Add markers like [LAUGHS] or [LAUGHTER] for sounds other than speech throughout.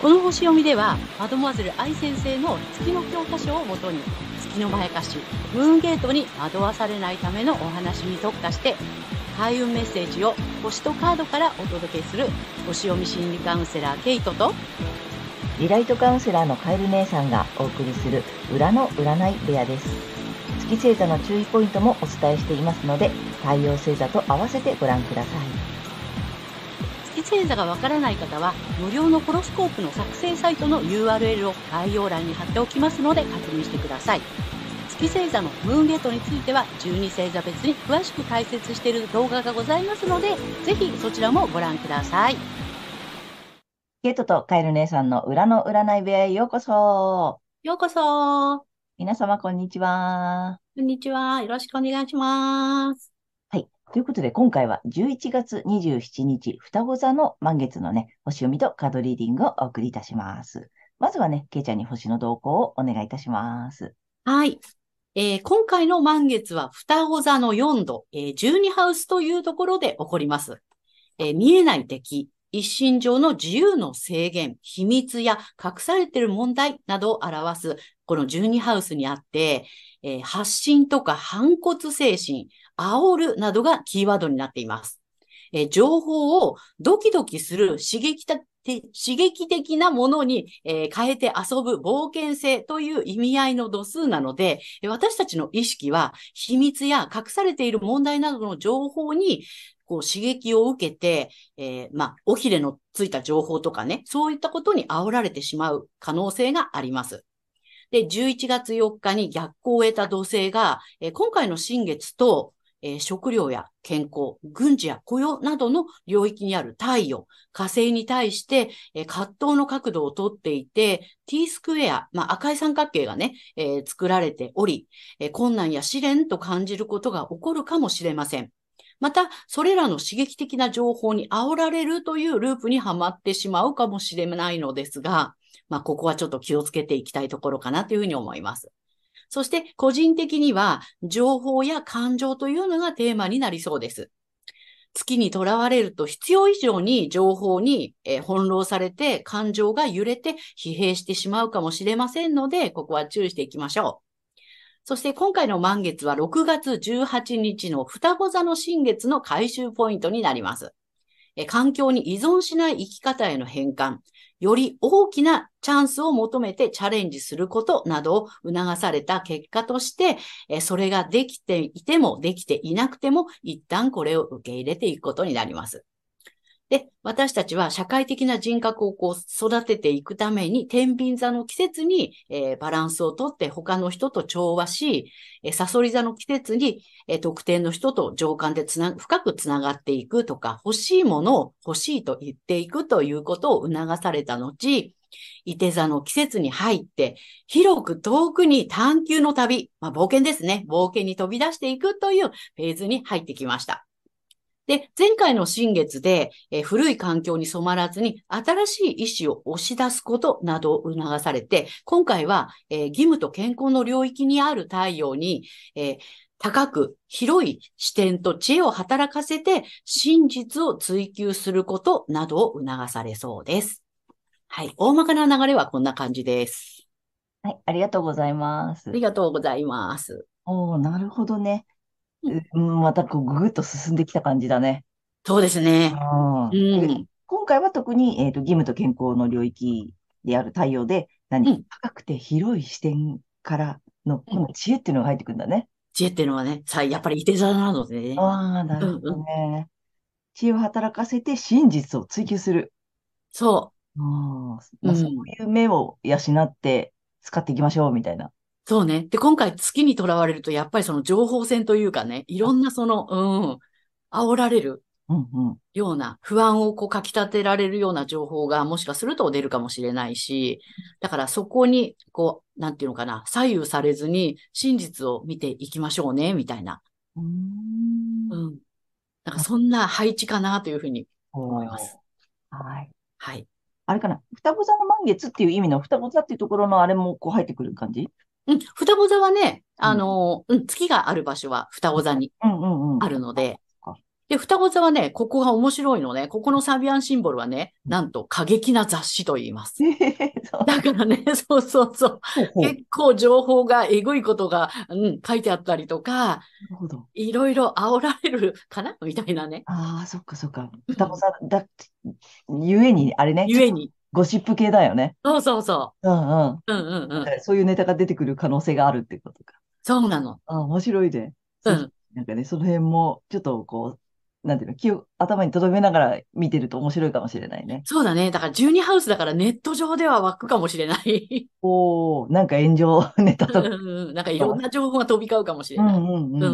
この星読みでは、マドモアゼル愛先生の月の教科書をもとに、月のまやかし、ムーンゲートに惑わされないためのお話に特化して、開運メッセージを星とカードからお届けする、星読み心理カウンセラーケイトと、リライトカウンセラーのカエル姉さんがお送りする裏の占い部屋です。月星座の注意ポイントもお伝えしていますので、太陽星座と合わせてご覧ください。月星座がわからない方は、無料のホロスコープの作成サイトの URL を概要欄に貼っておきますので確認してください。月星座のムーンゲートについては、12星座別に詳しく解説している動画がございますので、ぜひそちらもご覧ください。ゲートとカエル姉さんの裏の占い部屋へようこそ。ようこそこ皆様こんにちは。んにちは。よろしくお願いします。はい。ということで、今回は11月27日、双子座の満月のね、星読みとカードリーディングをお送りいたします。まずはね、ケイちゃんに星の動向をお願いいたします。はい。えー今回の満月は双子座の4度、えー12ハウスというところで起こります。えー見えない敵、一身上の自由の制限、秘密や隠されている問題などを表す、この12ハウスにあって、えー発信とか反骨精神、煽るなどがキーワードになっています。えー情報をドキドキする刺激的刺激的なものに、えー変えて遊ぶ冒険性という意味合いの度数なので、えー私たちの意識は秘密や隠されている問題などの情報にこう刺激を受けて、えーまあ、おひれのついた情報とかね、そういったことに煽られてしまう可能性があります。で、11月4日に逆行を得た土星が、えー今回の新月と、えー食料や健康、軍事や雇用などの領域にある太陽、火星に対して、えー葛藤の角度をとっていて、T スクエア、まあ、赤い三角形がね、えー作られており、えー困難や試練と感じることが起こるかもしれません。また、それらの刺激的な情報に煽られるというループにはまってしまうかもしれないのですが、まあ、ここはちょっと気をつけていきたいところかなというふうに思います。そして、個人的には、情報や感情というのがテーマになりそうです。月にとらわれると必要以上に情報にえー翻弄されて感情が揺れて疲弊してしまうかもしれませんので、ここは注意していきましょう。そして今回の満月は6月18日の双子座の新月の回収ポイントになります。えー環境に依存しない生き方への変換、より大きなチャンスを求めてチャレンジすることなどを促された結果として、えーそれができていてもできていなくても、一旦これを受け入れていくことになります。で、私たちは社会的な人格をこう育てていくために、天秤座の季節に、えーバランスをとって他の人と調和し、えー、サソリ座の季節に、えー特定の人と情感でつな、深くつながっていくとか、欲しいものを欲しいと言っていくということを促された後、伊手座の季節に入って、広く遠くに探求の旅、まあ、冒険ですね。冒険に飛び出していくというフェーズに入ってきました。で、前回の新月で、えー古い環境に染まらずに新しい意思を押し出すことなどを促されて、今回は、えー義務と健康の領域にある太陽に、えー高く広い視点と知恵を働かせて真実を追求することなどを促されそうです。はい。大まかな流れはこんな感じです。はい、ありがとうございますあ。りがとうございます。おお、なるほどね。うん、またこうぐぐっと進んできた感じだね。そうですね。うんうでん。今回は特に、えーと、義務と健康の領域である太陽で、何うん高くて広い視点からの、この知恵っていうのが入ってくるんだね。知恵っていうのはね、さやっぱりいて座なのでね。ああ、なるほどね。知恵を働かせて真実を追求する。そう。あーまあうんそういう目を養って使っていきましょうみたいな。そうね。で、今回月にとらわれると、やっぱりその情報戦というかね、いろんなその、うん、煽られるうんうん。ような、不安をこうかき立てられるような情報がもしかすると出るかもしれないし、だからそこに、こう、なんていうのかな、左右されずに真実を見ていきましょうね、みたいな。うーんうん。なんかそんな配置かなというふうに思います。はい。はい。あれかな、双子座の満月っていう意味の双子座っていうところのあれもこう入ってくる感じうん、双子座はね、あの、うん、月がある場所は双子座にうんうんうん。あるのでそっか、で、双子座はね、ここが面白いのね、ここのサビアンシンボルはね、なんと過激な雑誌と言います。 [LAUGHS] そうだからね、 [LAUGHS] そうそうそう。結構情報がえぐいことが、うん、書いてあったりとか、るほど。いろいろ煽られるかなみたいなね。ああ、そっかそっか。双子座だって、ゆえに、あれね、ゆえに。ゴシップ系だよね。そうそうそうんうん。う。うんうんうんだ。からそういうネタが出てくる可能性があるってことか。そうなの。ああ、面白いで。うん。なんかね、その辺も、ちょっとこう、なんていうの、気を頭に留めながら見てると面白いかもしれないね。そうだね。だから、12ハウスだからネット上では湧くかもしれない。おお、なんか炎上ネタうとんか。うんうんなんかいろんな情報が飛び交うかもしれうんない。うんうんう。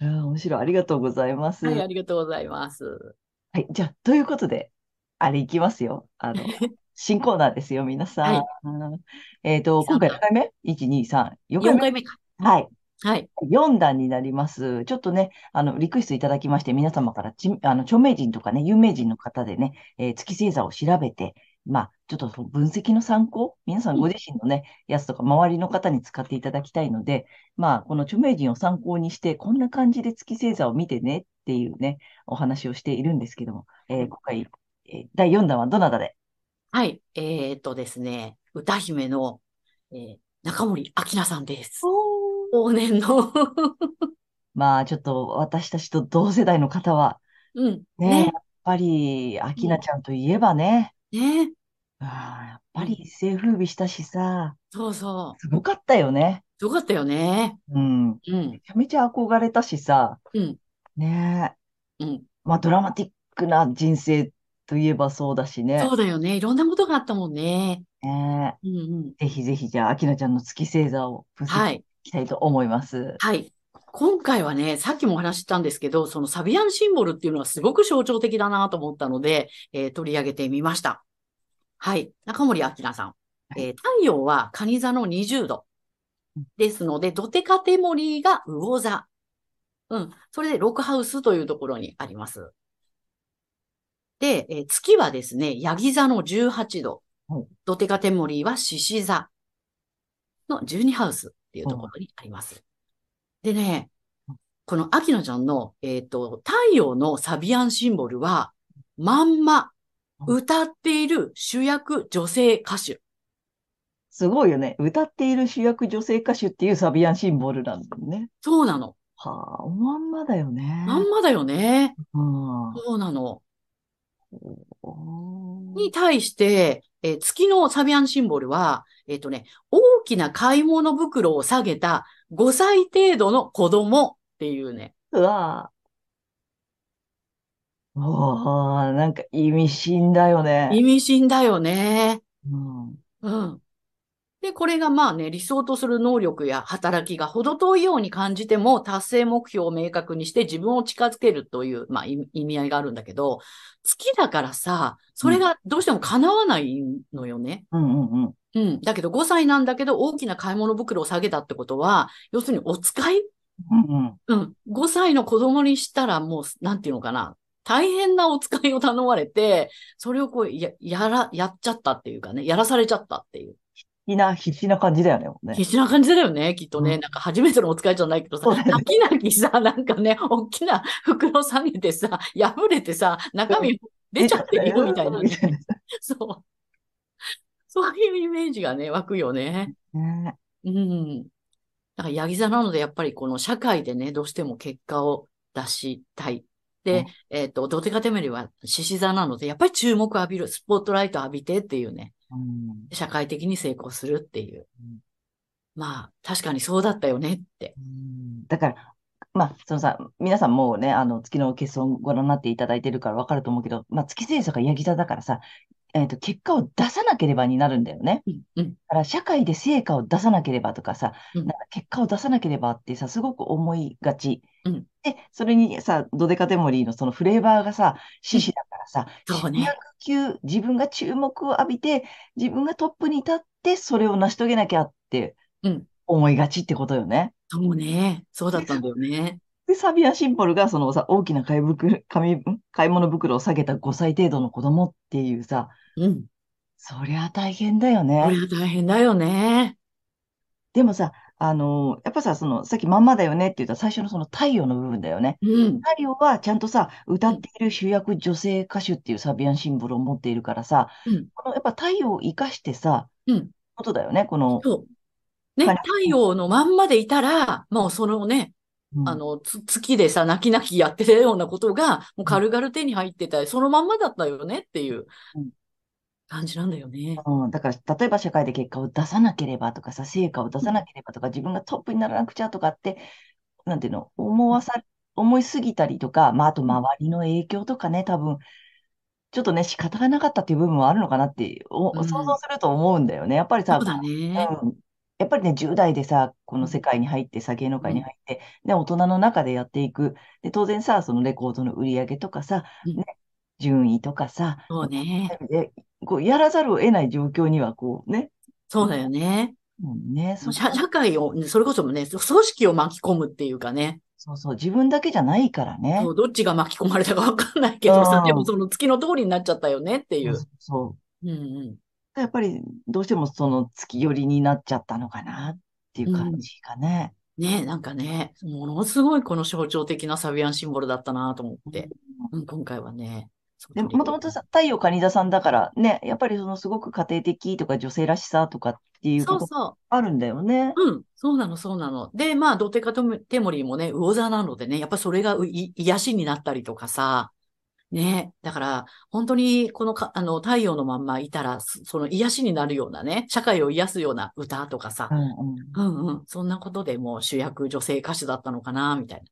うんん。ああ、面白い。ありがとうございます。はい、ありがとうございます。はい、じゃあ、ということで、あれいきますよ。あの、新コーナーですよ、皆さん。はいえっと、今回何回目 ?1、2、3、4 4回回目か。目。はい。はい。 4段になります。ちょっとね、あの、リクエストいただきまして、皆様からち、あの、著名人とかね、有名人の方でね、えー月星座を調べて、まあ、ちょっとその分析の参考、皆さんご自身のね、やつとか、周りの方に使っていただきたいので、まあ、この著名人を参考にして、こんな感じで月星座を見てねっていうね、お話をしているんですけども、えー今回、えー第4弾はどなたではい。えーっとですね、歌姫の、えー中森明菜さんです。往年の。 [LAUGHS] まあ、ちょっと私たちと同世代の方は、うん。ね、やねっ。ぱり、アキナちゃんといえばね、ね。ああ、やっぱり一世風靡したしさ、そうそう。すごかったよね。よかったよね。うん。めうん。ちゃめちゃ憧れたしさ、うん。ねえ。うん。まあドラマティックな人生といえばそうだしねそう。だよね。いろんなことがあったもんね。ねうんうん。えぜひぜひ、じゃあ、秋乃ちゃんの月星座を分析しはてい。いきたいと思います。はい。今回はね、さっきもお話ししたんですけど、そのサビアンシンボルっていうのはすごく象徴的だなと思ったので、えー取り上げてみました。はい。中森明菜さん。えー太陽は蟹座の20度うん。ですので、ドテカテモリーが魚座。うん。それで、ロックハウスというところにあります。で、えー月はですね、ヤギ座の18度うん。ドテカテモリーは獅子座の12ハウスっていうところにあります。でね、この秋野ちゃんの、えっ、と、太陽のサビアンシンボルは、まんま歌っている主役女性歌手。すごいよね。歌っている主役女性歌手っていうサビアンシンボルなんだよね。そうなの。はあ、おまんまだよね。まんまだよね。うん。そうなの。おーに対して、えー月のサビアンシンボルは、えっ、とね、大きな買い物袋を下げた5歳程度の子供っていうね。うわぁ。おー、なんか意味深だよね。意味深だよね。うん。うん。で、これがまあね、理想とする能力や働きが程遠いように感じても、達成目標を明確にして自分を近づけるという、まあ、意意味合いがあるんだけど、月だからさ、それがどうしても叶わないのよね。うんうんうん。うん。だけど5歳なんだけど、大きな買い物袋を下げたってことは、要するにお使いうんうん。うん。5歳の子供にしたらもう、なんていうのかな。大変なお使いを頼まれて、それをこう、や、やら、やっちゃったっていうかね、やらされちゃったっていう。必死な、必死な感じだよね、もうね。必死な感じだよね、きっとうね。んなんか初めてのお使いじゃないけどさ、そうだね泣き泣きさ、 [LAUGHS] なんかね、大きな袋下げてさ、破れてさ、中身出ちゃってるよみたいな、ね。そう。そういうイメージがね、湧くよね。ねうん。だから、ヤギ座なので、やっぱりこの社会でね、どうしても結果を出したい。うでん、えっ、と、ドテカテメリは獅子座なので、やっぱり注目浴びる、スポットライト浴びてっていうね。うん社会的に成功するっていううん。まあ、確かにそうだったよねって。うんだから、まあ、そのさ、皆さんもうね、あの、月の欠損ご覧になっていただいてるからわかると思うけど、まあ、月星座がヤギ座だからさ、えっと、結果を出さなければになるんだよね。うん、うん、だから社会で成果を出さなければとかさ、うんなんか結果を出さなければってさ、すごく思いがち。うんで、それにさ、ドデカテモリーのそのフレーバーがさ、獅子だからさ、そうね主役級、自分が注目を浴びて、自分がトップに立って、それを成し遂げなきゃってうん思いがちってことよね。そうね。そうだったんだよね。で、サビアシンボルがそのさ、大きな買い袋紙ん買い物袋を下げた5歳程度の子供っていうさ、うん。そりゃ大変だよこね。れは大変だよね。でもさ、あの、やっぱさ、その、さっきまんまだよねって言った最初のその太陽の部分だよね。うん。太陽はちゃんとさ、歌っている主役女性歌手っていうサビアンシンボルを持っているからさ、うんこのやっぱ太陽を生かしてさ、うんことだよね、この、そう。ね、から太陽のまんまでいたら、もうそのね、うんあの、つ月でさ、泣き泣きやってるようなことが、もう軽々手に入ってたり、そのまんまだったよねっていううん感じなんだよね。うん、だから、例えば社会で結果を出さなければとかさ、成果を出さなければとか、自分がトップにならなくちゃとかって、なんていうの、思わさ、思いすぎたりとか、まあ、あと周りの影響とかね、多分、ちょっとね、仕方がなかったっていう部分もあるのかなって、お、うん想像すると思うんだよね。やっぱりそさ、うだね。うん、やっぱりね、10代でさ、この世界に入ってさ、芸能界に入って、で、大人の中でやっていく。で、当然さ、そのレコードの売り上げとかさ、うんね、順位とかさ、そうね。で、こう、やらざるを得ない状況には、こうね、そうだよね。もうね、そ社こ社会を、それこそね、組織を巻き込むっていうかね。そうそう、自分だけじゃないからねそ。うどっちが巻き込まれたかわかんないけどさう、んでもその月の通りになっちゃったよねっていそうう。そうそううんうん。やっぱり、どうしてもその月寄りになっちゃったのかなっていう感じかね。ねなんかね、ものすごいこの象徴的なサビアンシンボルだったなと思って、うん、今回はね。そうでも、もともとさ、太陽蟹座さんだからね、やっぱりそのすごく家庭的とか女性らしさとかっていうそこうとそあるんだよね。う。うん、そうなの、そうなの。で、まあ、ドテカとテモリーもね、魚座なのでね、やっぱそれがうい癒しになったりとかさ、ね、だから、本当にこのか、あの、太陽のまんまいたら、そその癒しになるようなね、社会を癒すような歌とかさ、うんうんうんうん。そんなことでもう主役女性歌手だったのかな、みたい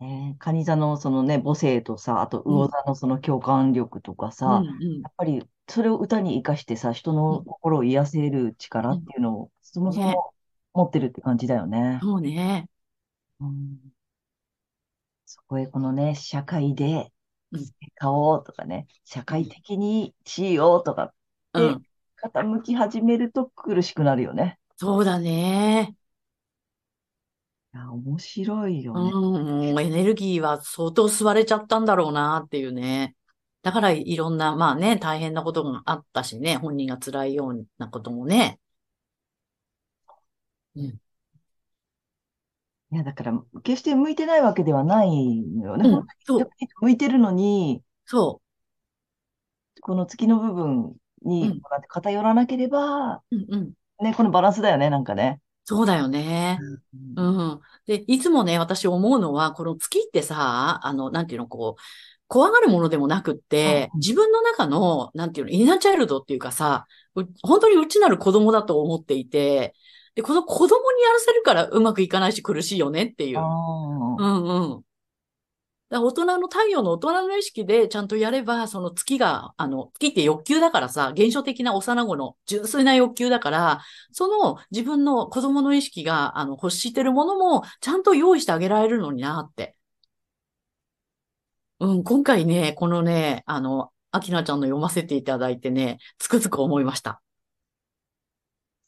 ね蟹座のそのね、母性とさ、あと魚座のその共感力とかな。さうん、うんやっぱりそれを歌に生かしてさ、人うのん心を癒せる力っていうのをそもそねも持ってるって感じだよね。そうね。うんそこへこのね、社会でうん買おうとかね、社会的にしようとかうでん。傾き始めると苦しくなるよね。そうだね。いや、面白いようね。ん。もうエネルギーは相当吸われちゃったんだろうな、っていうね。だからいろんな、まあね、大変なことがあったしね、本人が辛いようなこともね。いや、だから決して向いてないわけではないのよね。うん。そ本う、当に向いてるのに、そこの月の部分うにんこうやって偏らなければ、う。うんうん。ね、このバランスだよね、なんかね。そうだよね。うん。で、いつもね、私思うのは、この月ってさ、あの、なんていうの、こう、怖がるものでもなくって、うん自分の中の、なんていうの、インナーチャイルドっていうかさ、う本当に内なる子供だと思っていて、で、この子供にやらせるからうまくいかないし苦しいよねっていう。うあんうん。だから大人の太陽の大人の意識でちゃんとやれば、その月が、あの、月って欲求だからさ、現象的な幼子の純粋な欲求だから、その自分の子供の意識が、あの、欲してるものもちゃんと用意してあげられるのになって。うん、今回ね、このね、あの、アキナちゃんの読ませていただいてね、つくづく思いました。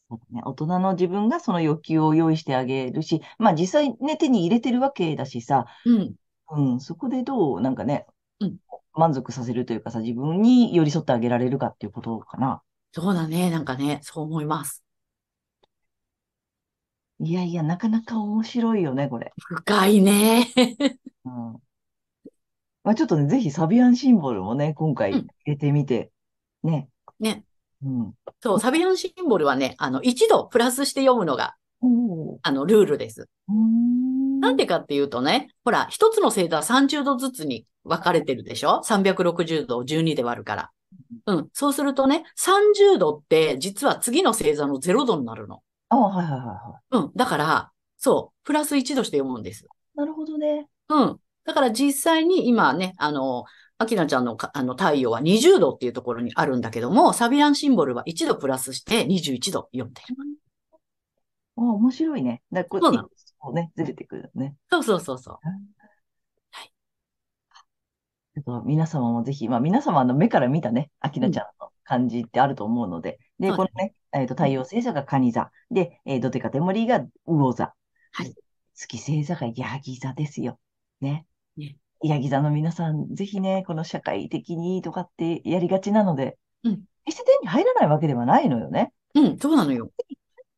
あ、ね、大人の自分がその欲求を用意してあげるし、まあ実際ね、手に入れてるわけだしさ、うん、うん、そこでどう、なんかねうん、満足させるというかさ、自分に寄り添ってあげられるかっていうことかな。そうだね、なんかね、そう思います。いやいや、なかなか面白いよね、これ。深いね。うん。まあちょっとね、ぜひサビアンシンボルもね、今回うん入れてみて、ね。ね。うん。そう、サビアンシンボルはね、あの、一度プラスして読むのが、おーあの、ルールです。うーんなんでかっていうとね、ほら、一つの星座は30度ずつに分かれてるでしょ ?360 度を12で割るから。うん。そうするとね、30度って実は次の星座の0度になるの。あ、はいはいはいはうん。だから、そう、プラス1度して読むんです。い。なるほどね。うん。だから実際に今ね、あの、アキナちゃんのかあの太陽は20度っていうところにあるんだけども、サビアンシンボルは1度プラスして21度読んでる。あ、面白いね。だかそらこううなのこうね、ずれてくるね。そうそうそうそう。ちょっと皆様もぜひ、まあ皆様の目から見たね、アキラちゃんの感じってあると思うので、で、そうこのね、えっと、太陽星座がカニ座、で、えー、ドテカテモリーが魚座、はい月星座がヤギ座ですよ。ね。ねヤギ座の皆さん、ぜひね、この社会的にとかってやりがちなので、うん決して手に入らないわけではないのよね。うん、そうなのよ。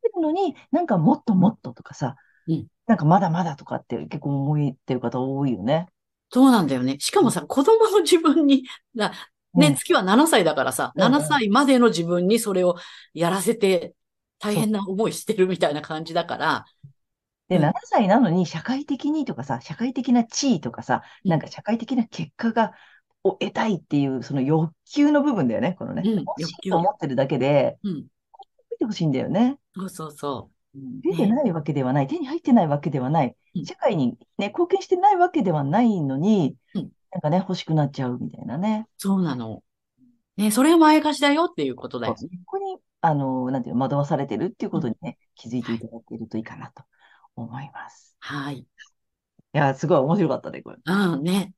手るのに、なんかもっともっととかさ、うんなんかまだまだとかって結構思いってる方多いよね。そうなんだよね。しかもさ、子供の自分に、なね、うん月は7歳だからさ、うんうん7歳までの自分にそれをやらせて大変な思いしてるみたいな感じだから、で、うん7歳なのに社会的にとかさ、社会的な地位とかさ、うんなんか社会的な結果が、を得たいっていう、その欲求の部分だよね、このね。うん欲し欲求いと思ってるだけで、うん。見てほしいんだよね。そうそうそ出てないわけではない、手に入ってないわけではないうん、社会にね、貢献してないわけではないのにうん、なんかね、欲しくなっちゃうみたいなねう。。そうなの。ね、それは前貸しだよっていうことだよそね。こに、あの、なんていうの、惑わされてるっていうことにね、気づいていただけるといいかなと思います。はい。いやー、すごい面白かったね、これ。うん、ね。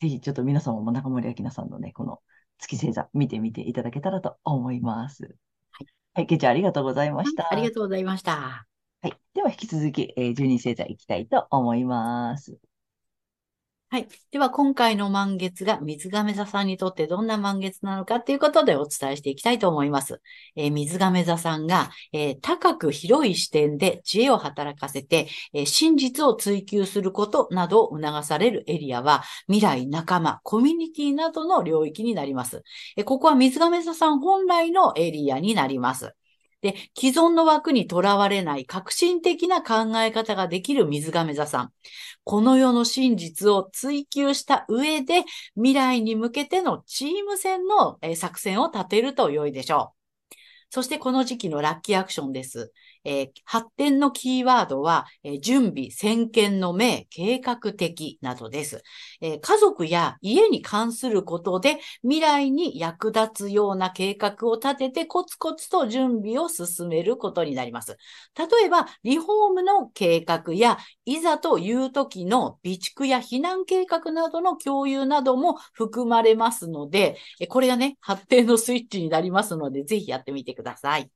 ぜひちょっと皆様も中森明菜さんのね、この月星座見てみていただけたらと思います。ははい、けいちゃんありがとうございました。ありがとうございました。はい、では引き続き、えー、12星座いきたいと思います。はい。では、今回の満月が水亀座さんにとってどんな満月なのかということでお伝えしていきたいと思います。えー水亀座さんが、えー高く広い視点で知恵を働かせて、えー真実を追求することなどを促されるエリアは、未来、仲間、コミュニティなどの領域になります。えーここは水亀座さん本来のエリアになります。で、既存の枠にとらわれない革新的な考え方ができる水亀座さん。この世の真実を追求した上で、未来に向けてのチーム戦のえー作戦を立てると良いでしょう。そしてこの時期のラッキーアクションです。えー発展のキーワードは、えー準備、先見の明、計画的などです、えー家族や家に関することで未来に役立つような計画を立ててコツコツと準備を進めることになります。例えば、リフォームの計画やいざという時の備蓄や避難計画などの共有なども含まれますので、えこれがね、発展のスイッチになりますので、ぜひやってみてください。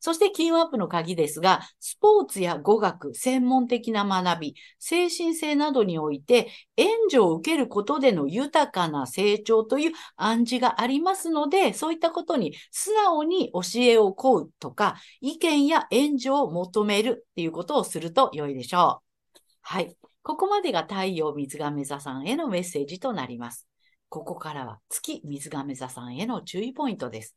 そして、金運アップの鍵ですが、スポーツや語学、専門的な学び、精神性などにおいて、援助を受けることでの豊かな成長という暗示がありますので、そういったことに素直に教えを請うとか、意見や援助を求めるっていうことをすると良いでしょう。はい。ここまでが太陽水亀座さんへのメッセージとなります。ここからは月水亀座さんへの注意ポイントです。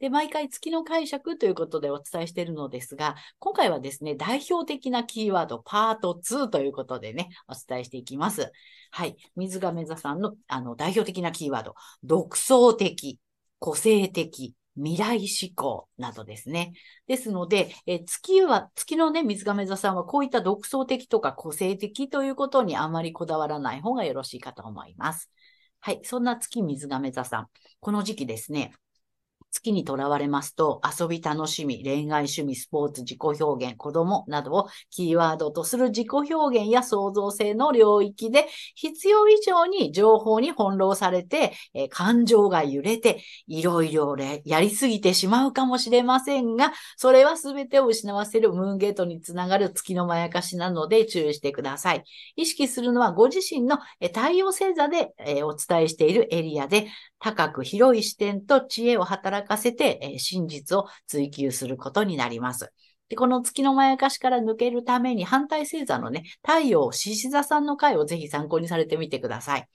で、毎回月の解釈ということでお伝えしているのですが、今回はですね、代表的なキーワードパート2ということでね、お伝えしていきます。はい。水亀座さんのあの代表的なキーワード、独創的、個性的、未来志向などですね。ですので、えー月は、月のね、水亀座さんはこういった独創的とか個性的ということにあまりこだわらない方がよろしいかと思います。はい。そんな月水亀座さん、この時期ですね、月にとらわれますと、遊び、楽しみ、恋愛、趣味、スポーツ、自己表現、子供などをキーワードとする自己表現や創造性の領域で、必要以上に情報に翻弄されて、えー感情が揺れて、いろいろねやりすぎてしまうかもしれませんが、それは全てを失わせるムーンゲートにつながる月のまやかしなので注意してください。意識するのはご自身のえ太陽星座でえーお伝えしているエリアで、高く広い視点と知恵を働かせてえー真実を追求することになります。でこの月のまやかしから抜けるために反対星座のね、太陽獅子座さんの回をぜひ参考にされてみてください。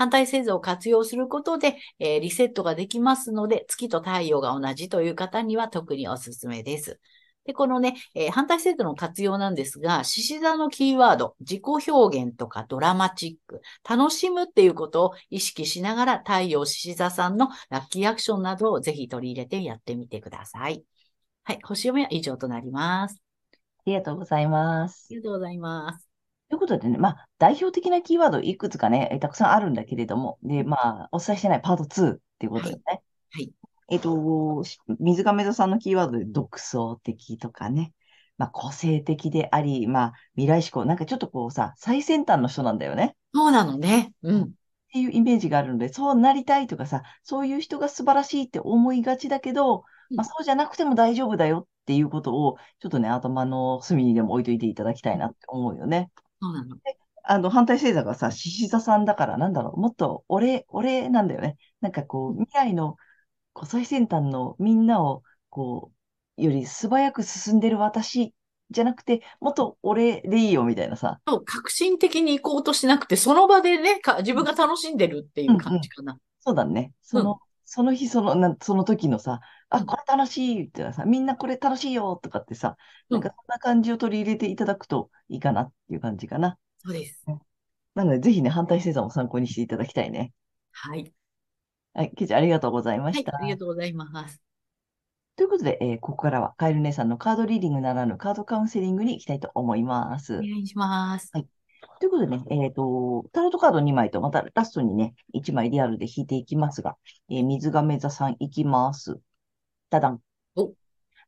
反対星座を活用することで、えーリセットができますので、月と太陽が同じという方には特におすすめです。で、このね、えー反対星座の活用なんですが、獅子座のキーワード、自己表現とかドラマチック、楽しむっていうことを意識しながら、太陽獅子座さんのラッキーアクションなどをぜひ取り入れてやってみてください。はい、星読みは以上となります。ありがとうございますあ。りがとうございます。ということでね、まあ、代表的なキーワードいくつかね、えーたくさんあるんだけれども、で、まあ、お伝えしてないパート2っていうことでね。はいはいえっと、し水亀座さんのキーワードで独創的とかね、まあ、個性的であり、まあ、未来志向、なんかちょっとこうさ、最先端の人なんだよね。そうなのね。うん。っていうイメージがあるので、そうなりたいとかさ、そういう人が素晴らしいって思いがちだけど、うんまあ、そうじゃなくても大丈夫だよっていうことを、ちょっとね、頭の隅にでも置いといていただきたいなって思うよね。そうなの。あの、反対星座がさ、獅子座さんだから、なんだろう、もっと俺、俺なんだよね。なんかこう、未来のこう最先端のみんなを、こより素早く進んでる私じゃなくて、もっと俺でいいよみたいなさ。そう革新的に行こうとしなくて、その場でね、か自分が楽しんでるっていう感じかな。そうだね。その、その日、その、なんその時のさ、うあ、んこれ楽しいってさ、みんなこれ楽しいよとかってさ、なんかそんな感じを取り入れていただくといいかなっていう感じかな。そうです。なので、ぜひね、反対星座も参考にしていただきたいね。はい。はい、ケイちゃんありがとうございまはしいた。、ありがとうございます。ということで、えーここからはカエル姉さんのカードリーディングならぬカードカウンセリングに行きたいと思います。お願いします。ということでね、えっ、と、タロットカード2枚と、またラストにね、1枚リアルで引いていきますが、えー水亀座さんいきます。ダダン。お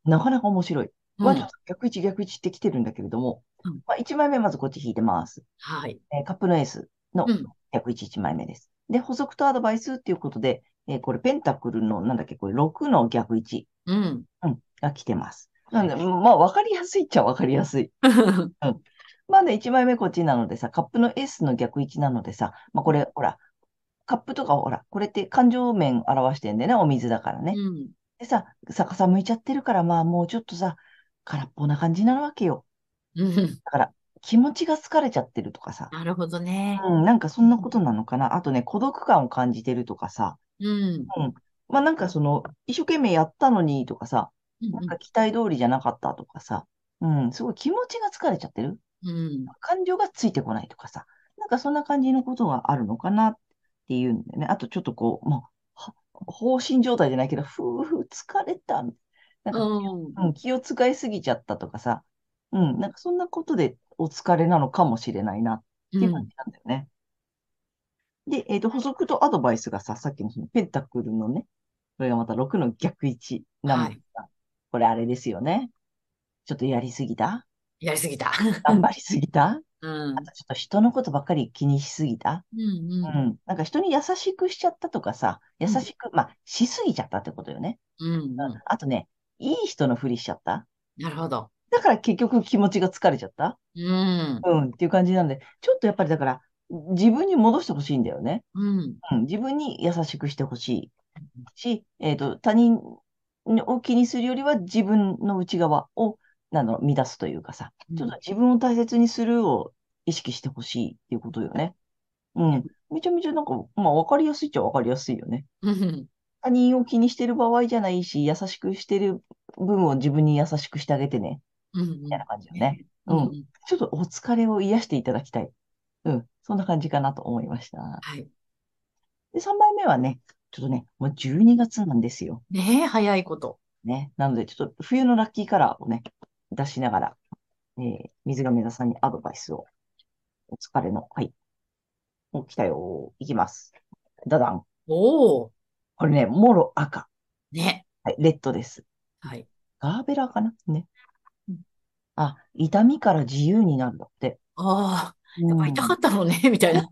なかなか面白い。うん割と逆位置逆位置って来てるんだけれども、うんまあ、1枚目まずこっち引いてます。はい。えーカップのエースのうん逆位置1枚目です。で、補足とアドバイスっていうことで、えーこれペンタクルの、なんだっけ、これ6の逆位置、うん。うん、が来てます。なんで、まあ、わかりやすいっちゃわかりやすい。まあね、1枚目こっちなのでさ、カップの S の逆位置なのでさ、まあこれ、ほら、カップとかほら、これって感情面表してんだよね、お水だからね。うん。でさ、逆さ向いちゃってるから、まあもうちょっとさ、空っぽな感じなわけよ。うん。だから、気持ちが疲れちゃってるとかさ、なるほどね。うん、なんかそんなことなのかな。あとね、孤独感を感じてるとかさ、うん。まあなんかその、一生懸命やったのにとかさ、うんなんか期待通りじゃなかったとかさ、うん、すごい気持ちが疲れちゃってる。うん。感情がついてこないとかさ、なんかそんな感じのことがあるのかなっていうんだよね。あとちょっとこう、まあ、は放心状態じゃないけど、ふうふう疲れた。なんか、うん。うん、気を使いすぎちゃったとかさ、うん、なんかそんなことでお疲れなのかもしれないなっていう感じなんだよね。で、えっ、と、補足とアドバイスがさ、さっきのそのペンタクルのね、これがまた6の逆位置なんですが、これあれですよね。ちょっとやりすぎたやりすぎた。頑張りすぎたうん。あとちょっと人のことばっかり気にしすぎた。うん。う。うんん。なんか人に優しくしちゃったとかさ、優しく、まあ、しすぎちゃったってことよね。うん。あとね、いい人のふりしちゃった。なるほど。だから結局気持ちが疲れちゃった。うん。うん。っていう感じなんで、ちょっとやっぱりだから、自分に戻してほしいんだよね。うん。うん。自分に優しくしてほしいし、えっと、他人を気にするよりは自分の内側を、なの、乱すというかさ、ちょっと自分を大切にするを意識してほしいっていうことよね。うん。めちゃめちゃなんか、まあ分かりやすいっちゃ分かりやすいよね。うん。他人を気にしてる場合じゃないし、優しくしてる分を自分に優しくしてあげてね、うんみたいな感じよね。ううんん。ちょっとお疲れを癒していただきたい。うん。そんな感じかなと思いました。はい。で、3枚目はね、ちょっとね、もう12月なんですよ。ねえ、早いこと。ね。なので、ちょっと冬のラッキーカラーをね、出しながら、えー、水亀座さんにアドバイスを。お疲れの、はい。お、来たよ。いきます。ダダン。おお。これね、もろ赤。ね。はい、レッドです。はい。ガーベラかなねうん。あ、痛みから自由になるんだって。ああ、やっぱ痛かっったのね、みたいな。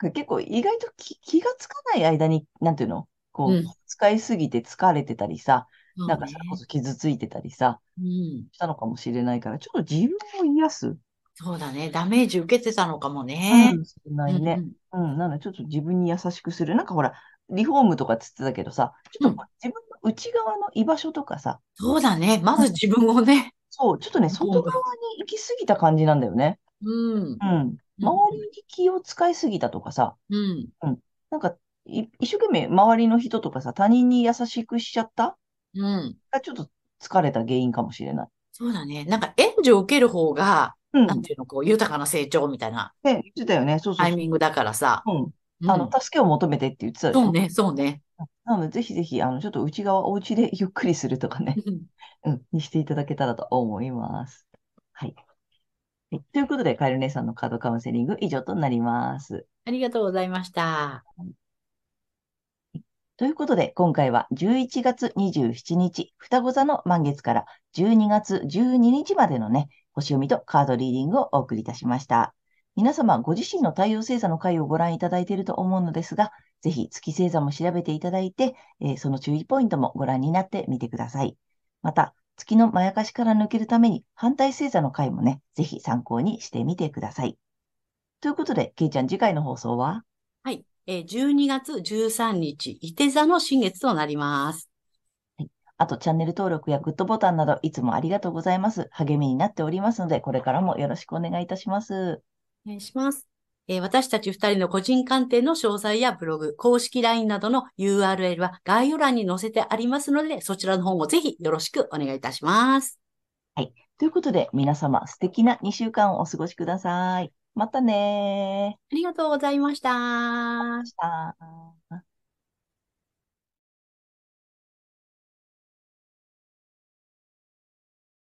た。結構意外と気気がつかない間に、なんていうのこう、うん使いすぎて疲れてたりさ、なんかそそうれねこそ傷ついてたりさ、うん。したのかもしれないから、ちょっと自分を癒す。そうだね。ダメージ受けてたのかもねか。もしれうないね。んうん、なのでちょっと自分に優しくする。なんかほら、リフォームとかっつってたけどさ、ちょっとこう自分の内側の居場所とかさ、そうだね。まず自分をね。そう、ちょっとね、リフォーム外側に行き過ぎた感じなんだよね。うんう。ん。周りに気を使いすぎたとかさ、うん。なんか、い一生懸命周りの人とかさ、他人に優しくしちゃったうん。がちょっと疲れた原因かもしれない。そうだね。なんか援助を受ける方が、うん。なんね、ていうの、こう、豊かな成長みたいな言ってたよね。そうそタうイそう。ミングだからさ。うん。あの、助けを求めてって言ってたうんでしそうょ。ね、そうね。なので、ぜひぜひ、あの、ちょっと内側、お家でゆっくりするとかね。うん、にしていただけたらと思います。はい。はいということで、カエル姉さんのカードカウンセリング以上となります。ありがとうございました。ということで、今回は11月27日、双子座の満月から12月12日までのね、星読みとカードリーディングをお送りいたしました。皆様、ご自身の太陽星座の回をご覧いただいていると思うのですが、ぜひ月星座も調べていただいて、えーその注意ポイントもご覧になってみてください。また、月のまやかしから抜けるために反対星座の回もね、ぜひ参考にしてみてください。ということで、けいちゃん次回の放送ははい。えー12月13日、伊手座の新月となります。あと、チャンネル登録やグッドボタンなど、いつもありがとうございます。励みになっておりますので、これからもよろしくお願いいたします。お願いします。えー私たち二人の個人鑑定の詳細やブログ、公式 LINE などの URL は概要欄に載せてありますので、そちらの方もぜひよろしくお願いいたします。ということで、皆様、素敵な2週間をお過ごしください。またねありがとうございましたー。。また